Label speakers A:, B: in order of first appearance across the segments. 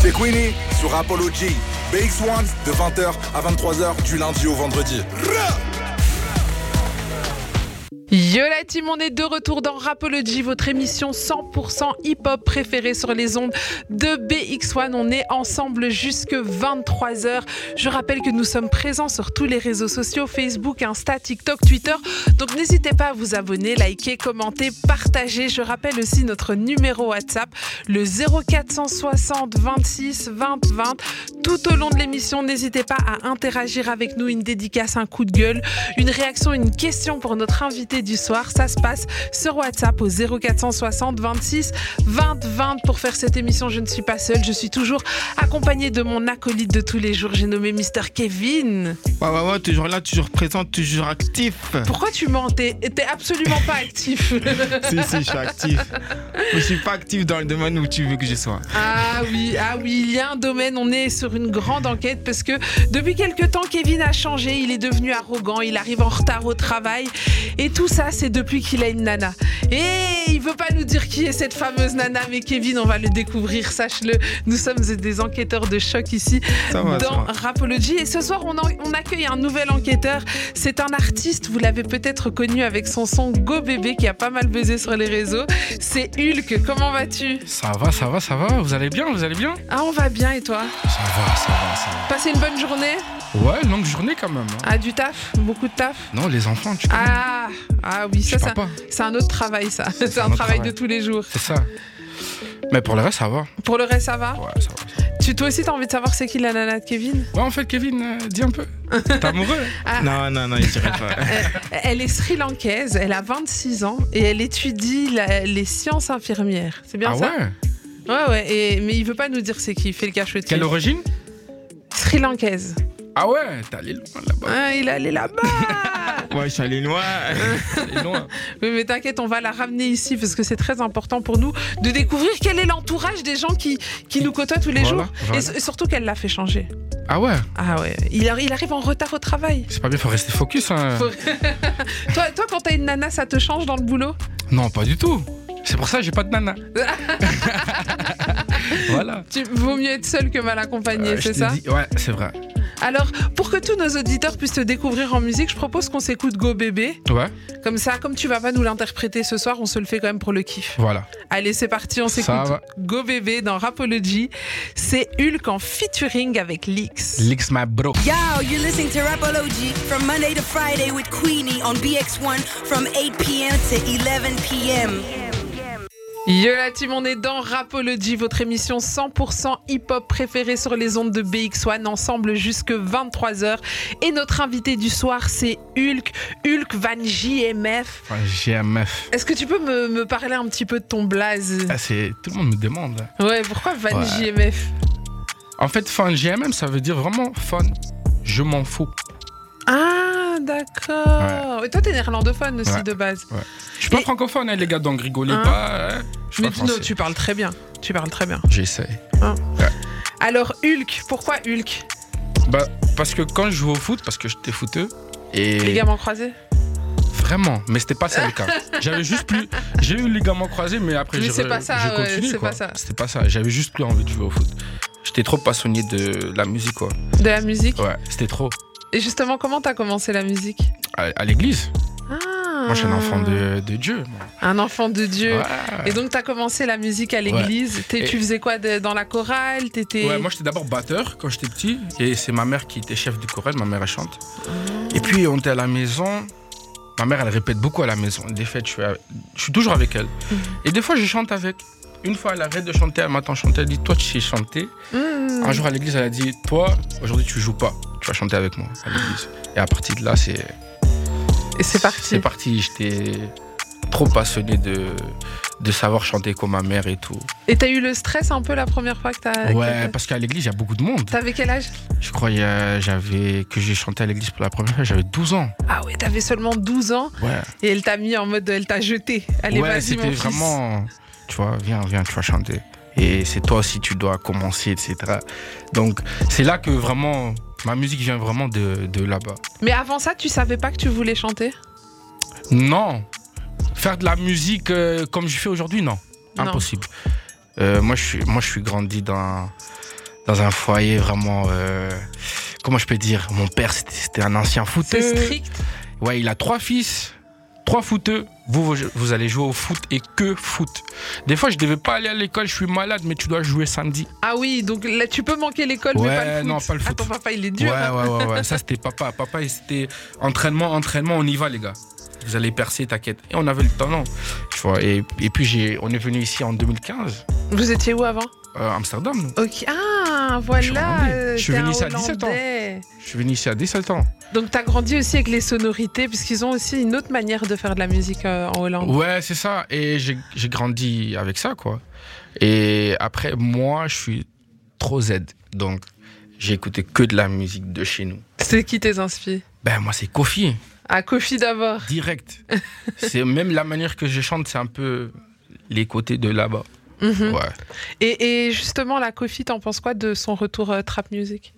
A: C'est Queenie sur Apollo G. BX1 de 20h à 23h du lundi au vendredi.
B: Yo la team, on est de retour dans Rapology, votre émission 100% hip-hop préférée sur les ondes de BX1. On est ensemble jusque 23h. Je rappelle que nous sommes présents sur tous les réseaux sociaux, Facebook, Insta, TikTok, Twitter. Donc n'hésitez pas à vous abonner, liker, commenter, partager. Je rappelle aussi notre numéro WhatsApp, le 0460 26 20 20. Tout au long de l'émission, n'hésitez pas à interagir avec nous, une dédicace, un coup de gueule, une réaction, une question pour notre invité du soir. Ça se passe sur WhatsApp au 0460 26 20 20. Pour faire cette émission, je ne suis pas seule. Je suis toujours accompagnée de mon acolyte de tous les jours. J'ai nommé Mr. Kevin.
C: Ouais, ouais, ouais, toujours là, toujours présent, toujours actif.
B: Pourquoi tu mens T'es t'es absolument pas actif.
C: si, si, je suis actif. Mais je suis pas actif dans le domaine où tu veux que je sois.
B: ah oui, ah oui, il y a un domaine. On est sur une grande enquête parce que depuis quelques temps, Kevin a changé. Il est devenu arrogant. Il arrive en retard au travail. Et tout ça, c'est depuis qu'il a une nana. Et il veut pas nous dire qui est cette fameuse nana, mais Kevin, on va le découvrir, sache-le. Nous sommes des enquêteurs de choc ici
C: Ça va, ça
B: dans
C: va.
B: Rapology. Et ce soir, on, en- on accueille un nouvel enquêteur. C'est un artiste, vous l'avez peut-être connu avec son son Go Bébé qui a pas mal buzzé sur les réseaux. C'est Hulk, comment vas-tu
D: Ça va, ça va, ça va. Vous allez bien, vous allez bien
B: Ah, on va bien et toi
D: Ça va, ça va, ça va.
B: Passez une bonne journée
D: Ouais, longue journée quand même. hein.
B: Ah, du taf Beaucoup de taf
D: Non, les enfants, tu connais.
B: Ah, ah oui,
D: je
B: ça,
D: parle
B: ça-
D: pas.
B: c'est un autre travail, ça. C'est
D: un
B: un
D: autre
B: travail de
D: travail.
B: tous les jours.
D: C'est ça. Mais pour le reste, ça va.
B: Pour le reste, ça va
D: Ouais, ça va. ça
B: Tu toi aussi t'as envie de savoir c'est qui la nana de Kevin
D: va. Ouais, en fait, Kevin, euh, dis un peu. T'es amoureux hein
C: Non, non, non, je dirais pas.
B: Elle est sri lankaise, elle a 26 ans et elle étudie la- les sciences infirmières. C'est bien
D: Ah
B: ça
D: ouais
B: Ouais ouais. Et, mais il veut pas nous dire c'est qui. il Fait le cachotier.
D: Quelle origine
B: Sri lankaise.
D: Ah ouais, t'es allé loin là-bas.
B: Ah, il est allé là-bas.
C: Ouais, je suis allé loin.
D: T'es allé loin.
B: Oui, mais t'inquiète, on va la ramener ici parce que c'est très important pour nous de découvrir quel est l'entourage des gens qui, qui nous côtoient tous les
D: Voilà,
B: jours.
D: voilà.
B: Et s- surtout qu'elle l'a fait changer.
D: Ah ouais,
B: Ah ouais, il, arri- il arrive en retard au travail.
D: c'est pas bien, faut rester focus. Hein.
B: Faut- Toi, toi quand t'as une nana, ça te change dans le boulot
D: Non, pas du tout. C'est pour ça que j'ai pas de nana. voilà.
B: tu, Vaut mieux être seul que mal accompagné,
D: Euh, je
B: c'est
D: t'ai
B: ça
D: dit- Ouais, c'est vrai.
B: Alors, pour que tous nos auditeurs puissent te découvrir en musique, je propose qu'on s'écoute Go Bébé.
D: Ouais,
B: Comme ça, comme tu vas pas nous l'interpréter ce soir, on se le fait quand même pour le kiff.
D: voilà.
B: Allez, c'est parti, on
D: Ça
B: s'écoute
D: va.
B: Go Bébé dans Rapology. C'est Hulk en featuring avec Lix.
D: Licks my bro.
E: Yo, you're listening to Rapology from Monday to Friday with Queenie on BX1 from 8 p.m. to 11 p.m.
B: Yo la team, on est dans Rapology, votre émission 100% hip-hop préférée sur les ondes de BX1, ensemble jusque 23h. Et notre invité du soir, c'est Hulk, Hulk Van JMF.
D: Enfin, j'ai un meuf.
B: Est-ce que tu peux me, me parler un petit peu de ton blaze
D: Ah, c'est... Tout le monde me demande.
B: Ouais, pourquoi Van
D: Ouais.
B: JMF
D: En fait, fun GMM, ça veut dire vraiment fun. Je m'en fous.
B: Ah, d'accord. Et toi, t'es néerlandophone aussi
D: Ouais.
B: de base.
D: Je suis pas
B: Et-
D: francophone, hein, les gars, donc rigolez
B: Hein
D: pas. hein. Je suis
B: Mais
D: pas
B: tu, non,
D: français.
B: tu parles très bien. Tu parles très bien.
D: J'essaie.
B: Alors, Hulk, pourquoi Hulk
D: Bah, parce que quand je jouais au foot, parce que j'étais footeux, et
B: Les gamins croisés
D: vraiment, mais c'était pas ça le cas. J'avais juste plus. J'ai eu le ligament croisé, mais après
B: Mais
D: j'ai
B: c'est
D: re-
B: pas ça,
D: je
B: ouais,
D: continue.
B: c'est
D: quoi.
B: pas ça.
D: C'était pas ça. J'avais juste plus envie de jouer au foot. J'étais trop passionné de la musique, quoi.
B: De la musique.
D: Ouais, c'était trop.
B: Et justement, comment t'as commencé la musique
D: À, à l'église.
B: ah,
D: Moi, je suis un enfant de, de Dieu. moi.
B: Un enfant de Dieu.
D: Ouais.
B: Et donc, t'as commencé la musique à l'église. T'es-
D: Et-
B: Tu faisais quoi de- dans la chorale T'étais.
D: Ouais, moi j'étais d'abord batteur quand j'étais petit et c'est ma mère qui était chef du chorale, ma mère elle chante.
B: Ah.
D: Et puis on était à la maison, ma mère elle répète beaucoup à la maison. Des fêtes, je suis, à- je suis toujours avec elle.
B: Mhm.
D: Et des fois je chante avec. Une fois elle arrête de chanter, elle m'attend chanter, elle dit Toi tu sais chanter.
B: Mmh.
D: Un jour à l'église elle a dit Toi aujourd'hui tu joues pas, tu vas chanter avec moi à l'église. Et à partir de là c'est.
B: Et c'est parti.
D: C'est parti, j'étais trop passionné de, de savoir chanter comme ma mère et tout.
B: Et t'as eu le stress un peu la première fois que t'as.
D: Ouais,
B: que-
D: parce qu'à l'église il y a beaucoup de monde.
B: T'avais quel âge
D: Je croyais euh, j'avais que j'ai chanté à l'église pour la première fois, j'avais 12 ans.
B: Ah ouais, t'avais seulement 12 ans
D: Ouais.
B: et elle t'a mis en mode, elle t'a jeté. Allez,
D: ouais,
B: vas-y, mon
D: c'était
B: fils.
D: vraiment tu vois, viens, viens, tu vas chanter. Et c'est toi aussi tu dois commencer, etc. Donc c'est là que vraiment ma musique vient vraiment de, de là-bas.
B: Mais avant ça, tu savais pas que tu voulais chanter
D: Non. Faire de la musique euh, comme je fais aujourd'hui, non.
B: Non.
D: Impossible. Euh, moi, je suis, moi, je suis grandi dans, dans un foyer vraiment. euh, comment je peux dire Mon père, c'était- c'était un ancien footeux.
B: C'est strict.
D: Ouais, il a trois fils, trois footeux. Vous, vous, vous allez jouer au foot et que foot. Des fois, je devais pas aller à l'école, je suis malade, mais tu dois jouer samedi.
B: Ah oui, donc là, tu peux manquer l'école, mais
D: Ouais,
B: pas le foot.
D: non, pas le foot.
B: Ah, ton papa, il est dur.
D: ouais,
B: hein.
D: ouais, ouais, ouais. Ça, c'était papa. Papa, il- c'était entraînement, entraînement, on y va, les gars. Vous allez percer, t'inquiète. Et on avait le talent. Tu vois, et, et puis, j'ai, on est venu ici en 2015,
B: Vous étiez où avant
D: euh, Amsterdam. nous.
B: Ok. Ah,
D: Je suis
B: voilà.
D: Hollandais.
B: euh,
D: Je suis
B: t'es
D: venu
B: un
D: ici à 17 ans.
B: Hollandais.
D: Je suis venu ici à 17 ans.
B: Donc, t'as grandi aussi avec les sonorités, puisqu'ils ont aussi une autre manière de faire de la musique euh, en Hollande.
D: Ouais, c'est ça. Et j'ai j'ai grandi avec ça, quoi. Et après, moi, je suis trop Z. Donc, j'ai écouté que de la musique de chez nous.
B: C'est qui tes inspires
D: Ben, moi, c'est Kofi,
B: Ah, Kofi d'abord.
D: direct. c'est même la manière que je chante, c'est un peu les côtés de là-bas.
B: Mhm.
D: Ouais.
B: Et, et justement, la Kofi, t'en penses quoi de son retour euh, trap music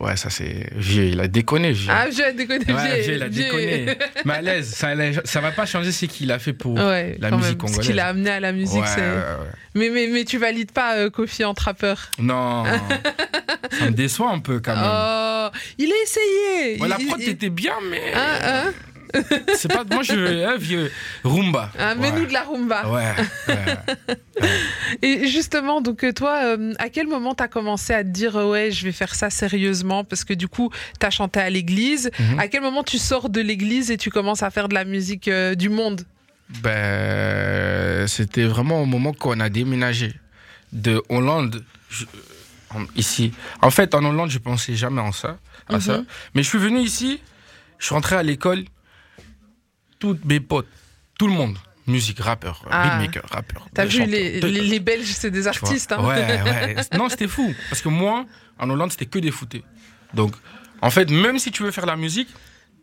D: Ouais, ça, c'est vieux. Il a déconné, vieux.
B: Ah, j'ai déconné.
D: ouais,
B: j'ai-
D: vieux, il a
B: j'ai-
D: déconné. Mais à l'aise, ça, ça va pas changer ce qu'il a fait pour.
B: Ouais,
D: La
B: quand
D: musique
B: même. Ce
D: congolaise.
B: qu'il a amené à la musique,
D: Ouais,
B: c'est.
D: ouais, ouais.
B: Mais, mais, mais tu valides pas euh, Kofi en trappeur.
D: Non. ça me déçoit un peu, quand même.
B: Oh, il a essayé.
D: Ah, Ouais, la
B: Oh, Il-
D: prod
B: il-
D: était bien, mais.
B: Hein, hein
D: C'est pas. Moi, je. hein, vieux. Rumba.
B: Hein,
D: ouais.
B: Mets-nous de la rumba.
D: Ouais. ouais.
B: Et justement, donc euh, toi, euh, à quel moment t'as commencé à te dire euh, ouais, je vais faire ça sérieusement parce que du coup, t'as chanté à l'église.
D: Mhm.
B: À quel moment tu sors de l'église et tu commences à faire de la musique euh, du monde
D: Ben. C'était vraiment au moment qu'on a déménagé de Hollande je- en- ici. En fait, en Hollande, je pensais jamais en ça, à ça.
B: Mhm.
D: Mais je suis venu ici, je suis rentré à l'école, toutes mes potes, tout le monde, musique, rappeur,
B: Ah.
D: beatmaker, rappeur.
B: T'as vu
D: chanteur,
B: les,
D: de-
B: les, les Belges, c'est des
D: tu vois.
B: artistes. Hein.
D: Ouais, ouais. Non, c'était fou. Parce que moi, en Hollande, c'était que des footés. Donc, en fait, même si tu veux faire la musique,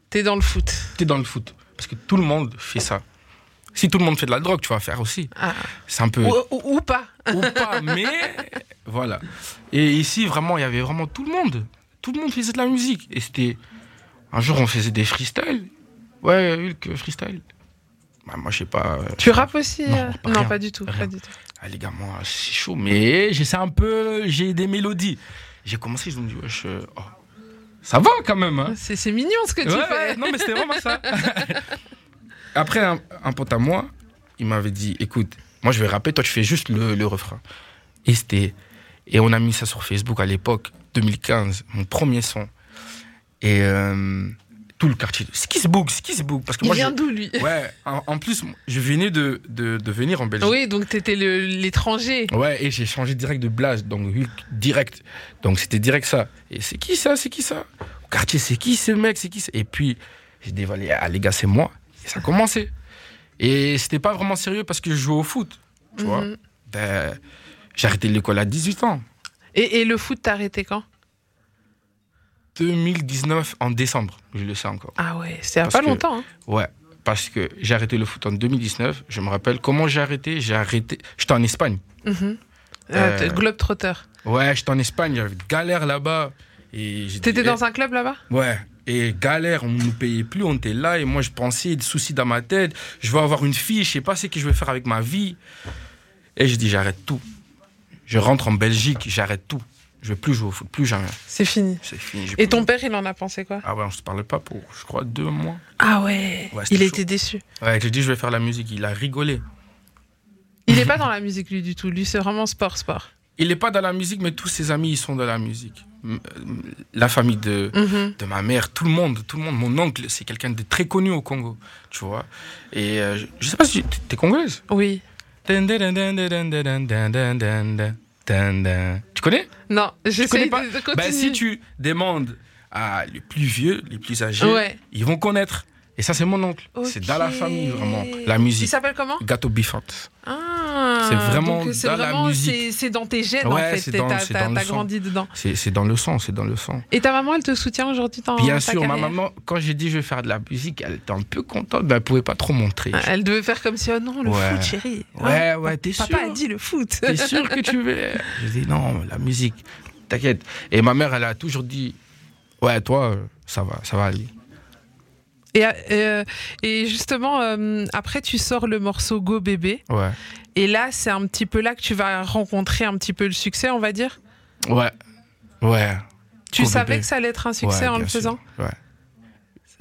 B: T'es dans le foot.
D: t'es dans le foot. Parce que tout le monde fait ça. Si tout le monde fait de la drogue, tu vas faire aussi.
B: Ah.
D: C'est un peu.
B: Ou, ou- ou pas.
D: Ou pas, mais. Voilà. Et ici, vraiment, il y avait vraiment tout le monde. Tout le monde faisait de la musique. Et c'était. Un jour, on faisait des freestyles. Ouais, Hulk, freestyle. Bah, moi, je sais pas. euh,
B: Tu rappes aussi
D: Non,
B: euh,
D: pas
B: non,
D: rien,
B: pas du tout.
D: rien.
B: Pas du tout.
D: Ah, les gars, moi, c'est chaud, mais j'essaie un peu, j'ai des mélodies. J'ai commencé, je me dis, wesh, euh, oh, ça va quand même. Hein
B: C'est c'est mignon ce que tu
D: Ouais,
B: fais.
D: ouais, non, mais c'était vraiment ça. Après, un, un pote à moi, il m'avait dit, écoute, moi, je vais rapper, toi, tu fais juste le, le refrain. Et c'était. Et on a mis ça sur Facebook à l'époque, 2015, mon premier son. Et euh, tout le quartier. Skissbook, Skissbook. Parce que
B: Il
D: moi,
B: vient
D: je-
B: d'où lui
D: Ouais, en, en plus, je venais de, de, de venir en Belgique.
B: Oui, donc t'étais le- l'étranger.
D: Ouais, et j'ai changé direct de blase, donc Hulk direct. Donc c'était direct ça. Et c'est qui ça C'est qui ça Au quartier, c'est qui ce mec C'est qui ce- Et puis j'ai dévoilé, ah les gars, c'est moi. Et ça a commencé. Et c'était pas vraiment sérieux parce que je jouais au foot. Tu vois
B: Mhm.
D: Ben, J'ai arrêté l'école à 18 ans.
B: Et, et le foot, t'as arrêté quand
D: 2019, en décembre, je le sais encore.
B: Ah ouais, c'est il y a
D: Parce
B: pas
D: que-
B: longtemps. hein.
D: Ouais, parce que j'ai arrêté le foot en 2019. Je me rappelle comment j'ai arrêté. J'ai arrêté. J'étais en Espagne.
B: Mhm.
D: Euh,
B: Euh, Globetrotter.
D: Ouais, j'étais en Espagne. J'avais une galère là-bas. Et j'ai dit,
B: T'étais
D: eh,
B: dans un club là-bas
D: Ouais. Et galère, on ne nous payait plus, on était là. Et moi, je pensais, des soucis dans ma tête. Je vais avoir une fille, je sais pas ce que je vais faire avec ma vie. Et je dis, j'arrête tout. Je rentre en Belgique, j'arrête tout. Je vais plus jouer au foot, plus jamais.
B: C'est fini.
D: C'est fini. j'ai
B: Et
D: plus-
B: ton père, il en a pensé quoi
D: Ah ouais, on se parlait pas pour, je crois, deux mois.
B: Ah ouais,
D: Ouais, c'était
B: Il
D: chaud.
B: était déçu.
D: Ouais, j'ai dit, je vais faire la musique. Il a rigolé.
B: Il est pas dans la musique lui du tout. Lui, c'est vraiment sport, sport.
D: Il n'est pas dans la musique, mais tous ses amis, ils sont dans la musique. M- euh, La famille de,
B: Mhm.
D: de ma mère, tout le monde, tout le monde. Mon oncle, c'est quelqu'un de très connu au Congo, tu vois. Et euh, je, je sais pas si tu es congolaise.
B: Oui.
D: Tu connais
B: Non, j'essaie
D: connais pas
B: de de continuer.
D: Bah, Si tu demandes à les plus vieux, les plus âgés,
B: Ouais.
D: ils vont connaître. Et ça, c'est mon oncle. C'est
B: Ok.
D: dans la famille, vraiment. La
B: Il
D: musique.
B: s'appelle comment
D: Gâteau bifante.
B: Ah,
D: C'est vraiment
B: donc c'est
D: dans la
B: vraiment-
D: musique.
B: c'est- C'est dans tes gènes
D: Ouais,
B: en fait.
D: c'est
B: T'as
D: dans-
B: t'as-
D: c'est dans le
B: t'as
D: sang.
B: grandi dedans.
D: C'est c'est dans le sang, c'est dans le sang.
B: Et ta maman, elle te soutient aujourd'hui dans
D: Bien
B: ta
D: sûr, ma
B: carrière
D: maman, quand j'ai dit je vais faire de la musique, elle était un peu contente, mais elle pouvait pas trop montrer.
B: Ah, Elle devait faire comme si, oh non, le
D: Ouais.
B: foot, chérie. Hein,
D: Ouais, ouais, t'es sûr
B: Papa a dit le foot.
D: T'es sûr que tu veux Je dis non, la musique. T'inquiète. Et ma mère, elle a toujours dit ouais, toi, euh, ça va, ça va aller.
B: Et, euh, et justement, euh, après, tu sors le morceau Go Bébé.
D: Ouais.
B: Et là, c'est un petit peu là que tu vas rencontrer un petit peu le succès, on va dire.
D: Ouais. Ouais.
B: Tu
D: Pour
B: savais
D: bébé.
B: que ça allait être un succès
D: Ouais,
B: en
D: bien
B: le
D: sûr.
B: faisant
D: Ouais.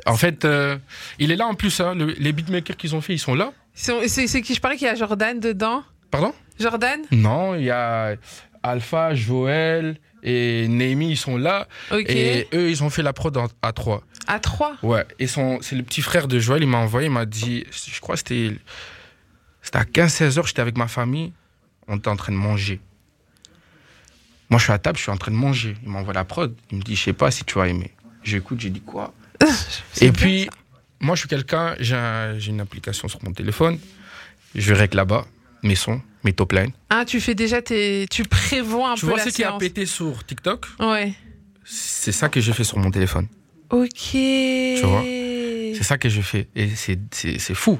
D: En fait, euh, il est là en plus. hein, le- les beatmakers qu'ils ont fait, ils sont là.
B: C'est c'est- c'est qui je parlais qu'il y a Jordan dedans
D: Pardon
B: Jordan
D: Non, il y a Alpha, Joël et Nemi, ils sont là.
B: Ok.
D: Et eux, ils ont fait la prod en- à 3.
B: À 3.
D: Ouais. Et son- c'est le petit frère de Joël, il m'a envoyé, il m'a dit, je crois que c'était c'était à 15-16 heures, j'étais avec ma famille, on était en train de manger. Moi, je suis à table, je suis en train de manger. Il m'envoie la prod, il me dit, je sais pas si tu vas aimer. J'écoute, j'ai dit quoi Et puis, moi, je suis quelqu'un, j'ai un- j'ai une application sur mon téléphone, je règle là-bas mes sons, mes top lines.
B: Ah, tu fais déjà tes. Tu prévois un
D: Tu
B: peu
D: vois
B: la
D: ce qui a
B: séance.
D: pété sur TikTok
B: Ouais.
D: C'est ça que j'ai fait sur mon téléphone.
B: Ok.
D: vois C'est ça que je fais. Et c'est- c'est c'est fou.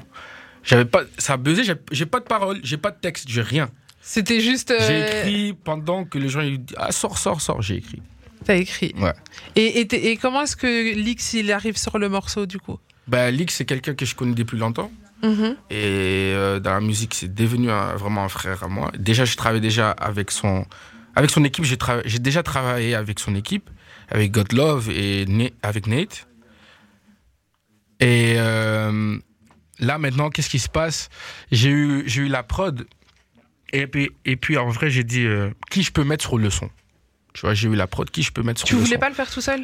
D: J'avais pas, ça a buzzé, j'ai- j'ai pas de parole, j'ai pas de texte, j'ai rien.
B: C'était juste. euh,
D: J'ai écrit pendant que les gens ils disent Ah, sors, sors, sors, j'ai écrit.
B: T'as écrit.
D: Ouais.
B: Et, et t'es- et comment est-ce que Lix il arrive sur le morceau du coup
D: Bah, Lix, c'est quelqu'un que je connais depuis longtemps.
B: Mhm.
D: Et euh, dans la musique, c'est devenu un- vraiment un frère à moi. Déjà, je travaille déjà avec son, avec son équipe. J'ai tra- j'ai déjà travaillé avec son équipe, avec God Love et Na- avec Nate. Et euh, là, maintenant, qu'est-ce qui se passe J'ai eu, j'ai eu la prod. Et puis, et puis en vrai, j'ai dit euh, qui je peux mettre sur le son. Tu vois, j'ai eu la prod, qui je peux mettre sur
B: Tu
D: le son.
B: voulais pas le faire tout seul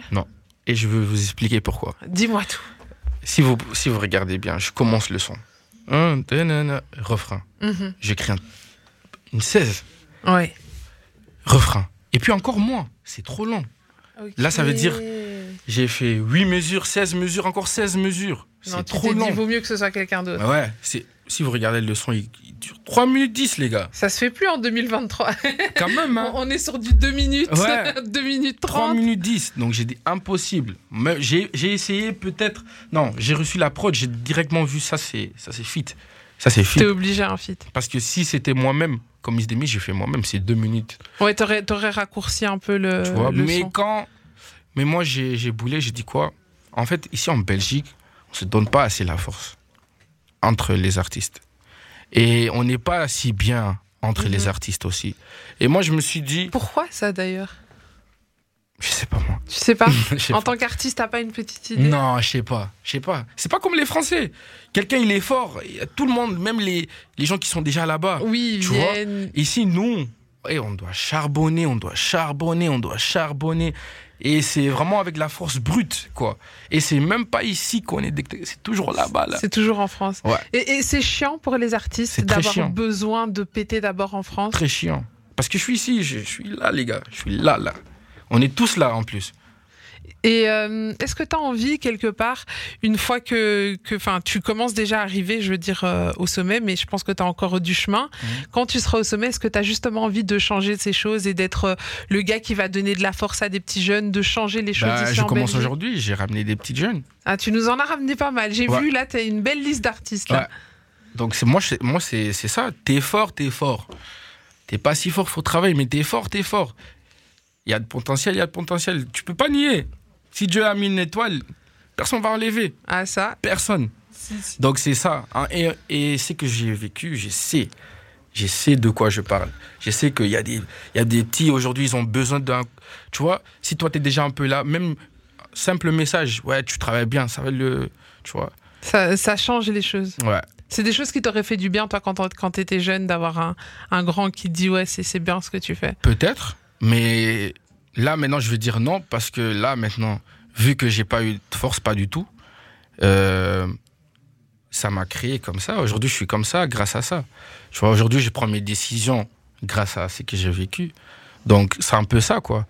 D: Et je veux vous expliquer pourquoi.
B: Dis-moi tout.
D: Si vous, si vous regardez bien, je commence le son. Un, deux, nanana, refrain.
B: Mhm.
D: J'écris un- une 16,
B: Ouais.
D: refrain. Et puis encore moins, c'est trop long. Là, ça veut dire- J'ai fait 8 mesures, 16 mesures, encore 16 mesures.
B: Non, tu
D: C'est trop
B: t'es dit,
D: long.
B: vaut mieux que ce soit quelqu'un d'autre.
D: Bah ouais, c'est- si vous regardez le son, il, il dure 3 minutes 10, les gars.
B: Ça se fait plus en 2023.
D: Quand même, hein.
B: On on est sur du 2 minutes,
D: Ouais.
B: 2 minutes
D: 3
B: 30.
D: minutes 10. Donc j'ai dit impossible. Mais J'ai j'ai essayé peut-être. Non, j'ai reçu la prod, j'ai directement vu ça, c'est ça, c'est fit. Ça, c'est fit.
B: T'es obligé hein, à un feat.
D: Parce que si c'était moi-même, comme il j'ai fait moi-même, c'est 2 minutes.
B: Ouais, t'aurais, t'aurais raccourci un peu le,
D: tu vois.
B: Euh, le
D: mais
B: son.
D: quand. Mais moi, j'ai j'ai boulé, j'ai dit quoi En fait, ici en Belgique, on se donne pas assez la force entre les artistes. Et on n'est pas si bien entre
B: Mhm.
D: les artistes aussi. Et moi, je me suis dit,
B: Pourquoi ça d'ailleurs
D: je sais pas moi.
B: Tu sais pas
D: Je sais
B: En
D: pas.
B: tant qu'artiste, t'as pas une petite idée
D: Non, je sais pas, je sais pas. C'est pas comme les Français. Quelqu'un, il est fort. Il y a Tout le monde, même les, les gens qui sont déjà là-bas.
B: Oui,
D: Tu vois
B: Vienne.
D: Ici, nous, eh, on doit charbonner, on doit charbonner, on doit charbonner. Et c'est vraiment avec la force brute, quoi. Et c'est même pas ici qu'on est détecté, c'est toujours là-bas, là.
B: C'est toujours en France.
D: Ouais.
B: Et, et c'est chiant pour les artistes
D: C'est très
B: d'avoir
D: chiant.
B: besoin de péter d'abord en France.
D: Très chiant. Parce que je suis ici, je, je suis là, les gars. Je suis là, là. On est tous là, en plus.
B: Et euh, est-ce que tu as envie, quelque part, une fois que, que 'fin, tu commences déjà à arriver, je veux dire, euh, au sommet, mais je pense que tu as encore du chemin,
D: Mmh.
B: quand tu seras au sommet, est-ce que tu as justement envie de changer ces choses et d'être euh, le gars qui va donner de la force à des petits jeunes, de changer les choses
D: Bah,
B: ici
D: je
B: en
D: commence
B: Belgique
D: aujourd'hui, j'ai ramené des petites jeunes.
B: Ah, tu nous en as ramené pas mal. J'ai
D: Ouais.
B: vu, là, tu as une belle liste d'artistes. là.
D: Ouais. Donc c'est moi, c'est- moi c'est c'est ça. T'es fort, t'es fort. T'es pas si fort, faut travailler, mais t'es fort, t'es fort. Il y a de potentiel, il y a de potentiel. Tu peux pas nier. Si Dieu a mis une étoile, personne va enlever.
B: Ah, ça.
D: Personne. Donc c'est ça. hein. Et, et c'est que j'ai vécu, je sais. Je sais de quoi je parle. Je sais qu'il y, a des- il y a des petits aujourd'hui, ils ont besoin d'un. Tu vois, si toi t'es déjà un peu là, même simple message, ouais, tu travailles bien, ça va le. Tu vois,
B: ça. Ça change les choses.
D: ouais.
B: C'est des choses qui t'auraient fait du bien, toi, quand, t'en- quand t'étais jeune, d'avoir un, un grand qui te dit, ouais, c'est c'est bien ce que tu fais.
D: Peut-être, mais là maintenant je vais dire non parce que là maintenant, vu que j'ai pas eu de force, pas du tout, euh, ça m'a créé comme ça. Aujourd'hui je suis comme ça grâce à ça. Tu vois, aujourd'hui je prends mes décisions grâce à ce que j'ai vécu. Donc c'est un peu ça quoi.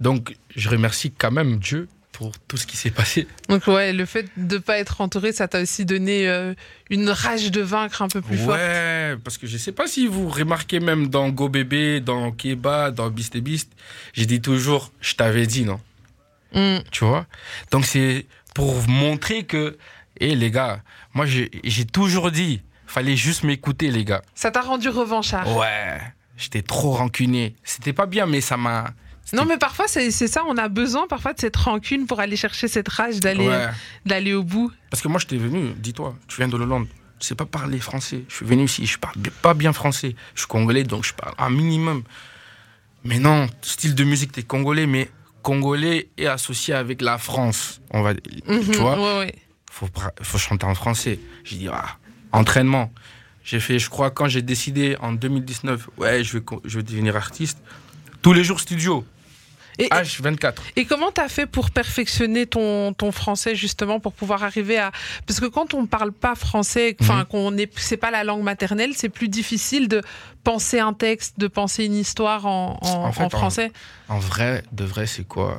D: Donc je remercie quand même Dieu pour tout ce qui s'est passé.
B: Donc ouais, le fait de pas être entouré, ça t'a aussi donné euh, une rage de vaincre un peu plus forte.
D: ouais, parce que je sais pas si vous remarquez même dans Go Bébé, dans Keba, dans Beast et Beast, j'ai dit toujours, je t'avais dit non.
B: Mm.
D: tu vois donc c'est pour montrer que et les gars moi j'ai j'ai toujours dit fallait juste m'écouter les gars
B: Ça t'a rendu
D: Oh,
B: revanchard.
D: ouais j'étais trop rancunier c'était pas bien mais ça m'a
B: Non mais parfois c'est c'est ça, on a besoin parfois de cette rancune pour aller chercher cette rage d'aller euh,
D: ouais.
B: d'aller au bout.
D: parce que moi j'étais venu dis-toi tu viens de l'Hollande je sais pas parler français je suis venu ici je parle bi- pas bien français je suis congolais donc je parle un minimum Mais non, style de musique, t'es congolais, mais congolais est associé avec la France. On va,
B: Mhm,
D: tu vois,
B: ouais, ouais.
D: faut, pra- faut chanter en français. J'ai dit, ah, entraînement. J'ai fait, je crois, quand j'ai décidé en 2019, ouais, je vais, co- je vais devenir artiste, tous les jours studio,
B: Et,
D: H24.
B: et comment t'as fait pour perfectionner ton, ton français justement pour pouvoir arriver à parce que quand on parle pas
D: Mhm.
B: français, enfin qu'on est c'est pas la langue maternelle, c'est plus difficile de penser un texte, de penser une histoire en, en-
D: En fait,
B: en
D: en-
B: français.
D: En vrai, de vrai, c'est quoi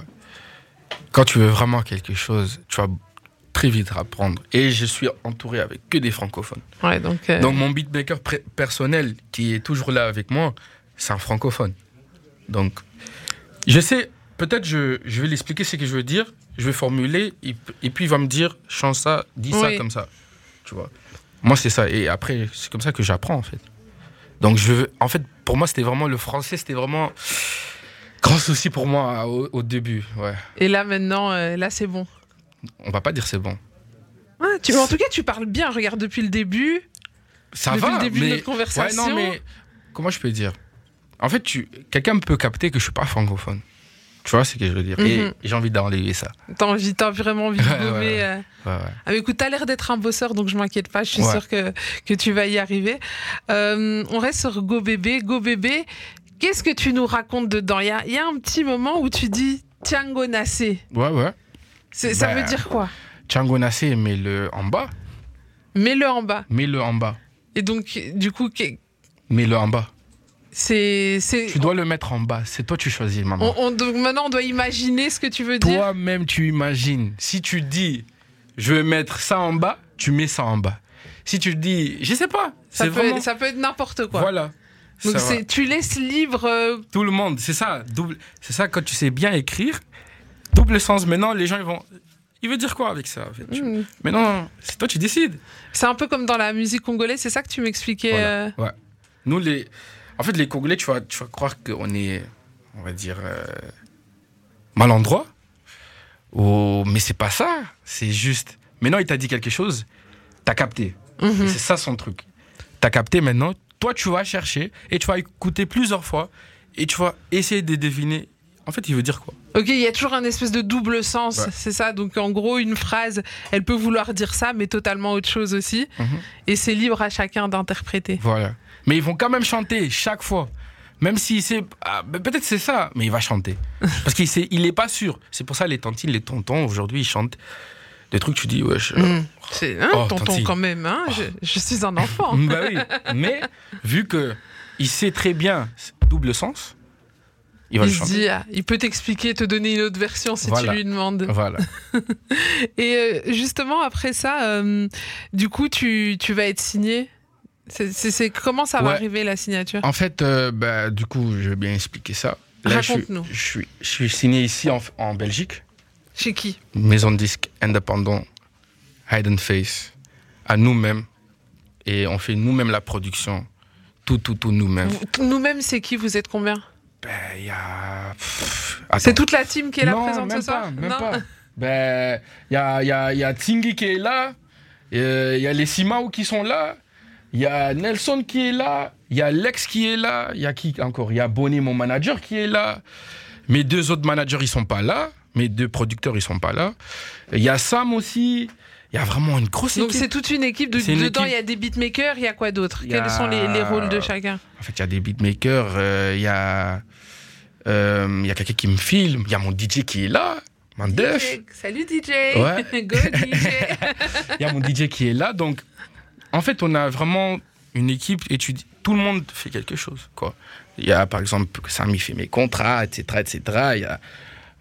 D: Quand tu veux vraiment quelque chose, tu vas très vite apprendre. Et je suis entouré avec que des francophones.
B: Ouais, donc, euh,
D: Donc mon beatmaker pré- personnel, qui est toujours là avec moi, c'est un francophone. Donc, je sais, peut-être je, je vais l'expliquer ce que je veux dire, je vais formuler, et, p- et puis il va me dire, chante ça, dis ça
B: Oui.
D: comme ça. Tu vois Moi, c'est ça. Et après, c'est comme ça que j'apprends, en fait. Donc, je veux- en fait, pour moi, c'était vraiment le français, c'était vraiment grand souci pour moi au, au début. Ouais.
B: et là maintenant, euh, là c'est bon.
D: On va pas dire c'est bon.
B: Ouais, tu, en tout cas, tu parles bien. Regarde depuis le début.
D: Ça
B: Depuis
D: va,
B: le début de
D: mais...
B: notre conversation.
D: Ouais, non, mais comment je peux dire En fait, tu... quelqu'un peut capter que je suis pas francophone. Tu vois ce que je veux dire
B: Mhm.
D: Et j'ai envie d'enlever ça.
B: T'as envie, t'as vraiment envie de
D: Ouais,
B: gommer,
D: ouais.
B: euh.
D: Ouais, ouais.
B: Ah, mais écoute, t'as l'air d'être un bosseur, donc je m'inquiète pas. Je suis
D: Ouais.
B: sûre que, que tu vas y arriver. Euh, on reste sur Go Bébé. Go Bébé, qu'est-ce que tu nous racontes dedans Il y a, il y a un petit moment où tu dis Tiango Nassé.
D: Ouais, ouais.
B: C'est- Ça
D: Bah.
B: veut dire quoi
D: Django Nassé, mets-le en bas.
B: Mets-le en bas.
D: Mets-le en bas.
B: Et donc, du coup, qu'est-
D: Mets-le en bas.
B: c'est. c'est-
D: Tu dois le mettre en bas. C'est toi tu choisis, maman.
B: On, on- donc maintenant, on doit imaginer ce que tu veux dire.
D: Toi-même, tu imagines. Si tu dis, je vais mettre ça en bas, tu mets ça en bas. Si tu dis, je sais pas.
B: Ça
D: c'est
B: peut,
D: vraiment...
B: ça peut être n'importe quoi.
D: Voilà.
B: donc,
D: Ça va.
B: c'est- tu laisses libre. euh,
D: Tout le monde, c'est ça. Double, c'est ça quand tu sais bien écrire, double sens. Maintenant, les gens ils vont, il veut dire quoi avec ça en fait, tu-
B: hmm.
D: Mais non, c'est toi tu décides.
B: C'est un peu comme dans la musique congolaise, c'est ça que tu m'expliquais.
D: Voilà.
B: euh,
D: Ouais. Nous les, en fait les Congolais, tu vas, tu vas croire qu'on est, on va dire, euh, mal endroit. Oh, mais c'est pas ça. C'est juste. Maintenant, il t'a dit quelque chose, t'as capté.
B: mhm.
D: Et C'est ça son truc. T'as capté maintenant. Toi, tu vas chercher et tu vas écouter plusieurs fois et tu vas essayer de deviner. En fait, il veut dire quoi
B: Ok, il y a toujours un espèce de double sens,
D: Ouais.
B: c'est ça. Donc en gros, une phrase, elle peut vouloir dire ça, mais totalement autre chose aussi.
D: Mhm.
B: Et c'est libre à chacun d'interpréter.
D: Voilà. Mais ils vont quand même chanter chaque fois. Même si c'est. ah, ben Peut-être c'est ça, mais il va chanter. Parce qu'il sait, il est pas sûr. C'est pour ça les tantines, les tontons, aujourd'hui, ils chantent des trucs, tu dis, ouais, je-
B: Mhm. C'est hein,
D: Oh,
B: tonton
D: tantine.
B: quand même. hein, je, je suis un enfant.
D: Mm, bah oui. Mais vu que il sait très bien ce double sens, il va
B: il
D: le
B: se
D: chanter.
B: dit, ah, il peut t'expliquer, te donner une autre version si
D: Voilà. Oh.
B: tu lui demandes.
D: Voilà.
B: Et euh, justement après ça, euh, du coup, tu, tu vas être signé. C'est- c'est- c'est- comment ça va
D: Ouais.
B: arriver la signature
D: En fait, euh, bah, du coup, je vais bien expliquer ça. Là, je suis-
B: Raconte-nous.
D: Je, suis, je suis signé ici en, en Belgique.
B: Chez qui
D: maison de disque indépendant, Hidden Face, à nous-mêmes. Et on fait nous-mêmes la production. Tout, tout, tout nous-mêmes.
B: Vous- Nous-mêmes, c'est qui Vous êtes combien
D: Ben, il y a. pff,
B: C'est
D: attends.
B: toute la team qui est là
D: Non,
B: présente
D: même
B: ce soir
D: pas, même
B: Non.
D: pas. Ben, il y a, il y, a, il y a Tsingy qui est là. euh, Il y a les Simao qui sont là. Il y a Nelson qui est là. Il y a Lex qui est là. Il y a qui encore Il y a Bonnie, mon manager, qui est là. Mes deux autres managers, ils sont pas là. Mes deux producteurs, ils sont pas là. Il y a Sam aussi. Il y a vraiment une grosse
B: Donc
D: équipe.
B: c'est toute une équipe. de-
D: C'est une
B: dedans, il
D: équipe.
B: y a des beatmakers, il y a quoi d'autre
D: Il y a-
B: Quels sont les, les rôles de chacun
D: En fait, il y a des beatmakers, euh, il y a, euh, il y a quelqu'un qui me filme, il y a mon DJ qui est là, Mandef,
B: Salut DJ
D: Ouais.
B: Go DJ
D: il y a mon DJ qui est là. Donc, en fait, on a vraiment une équipe et tu dis- tout le monde fait quelque chose. quoi. Il y a, par exemple, Samy fait mes contrats, etc. etc. Il y a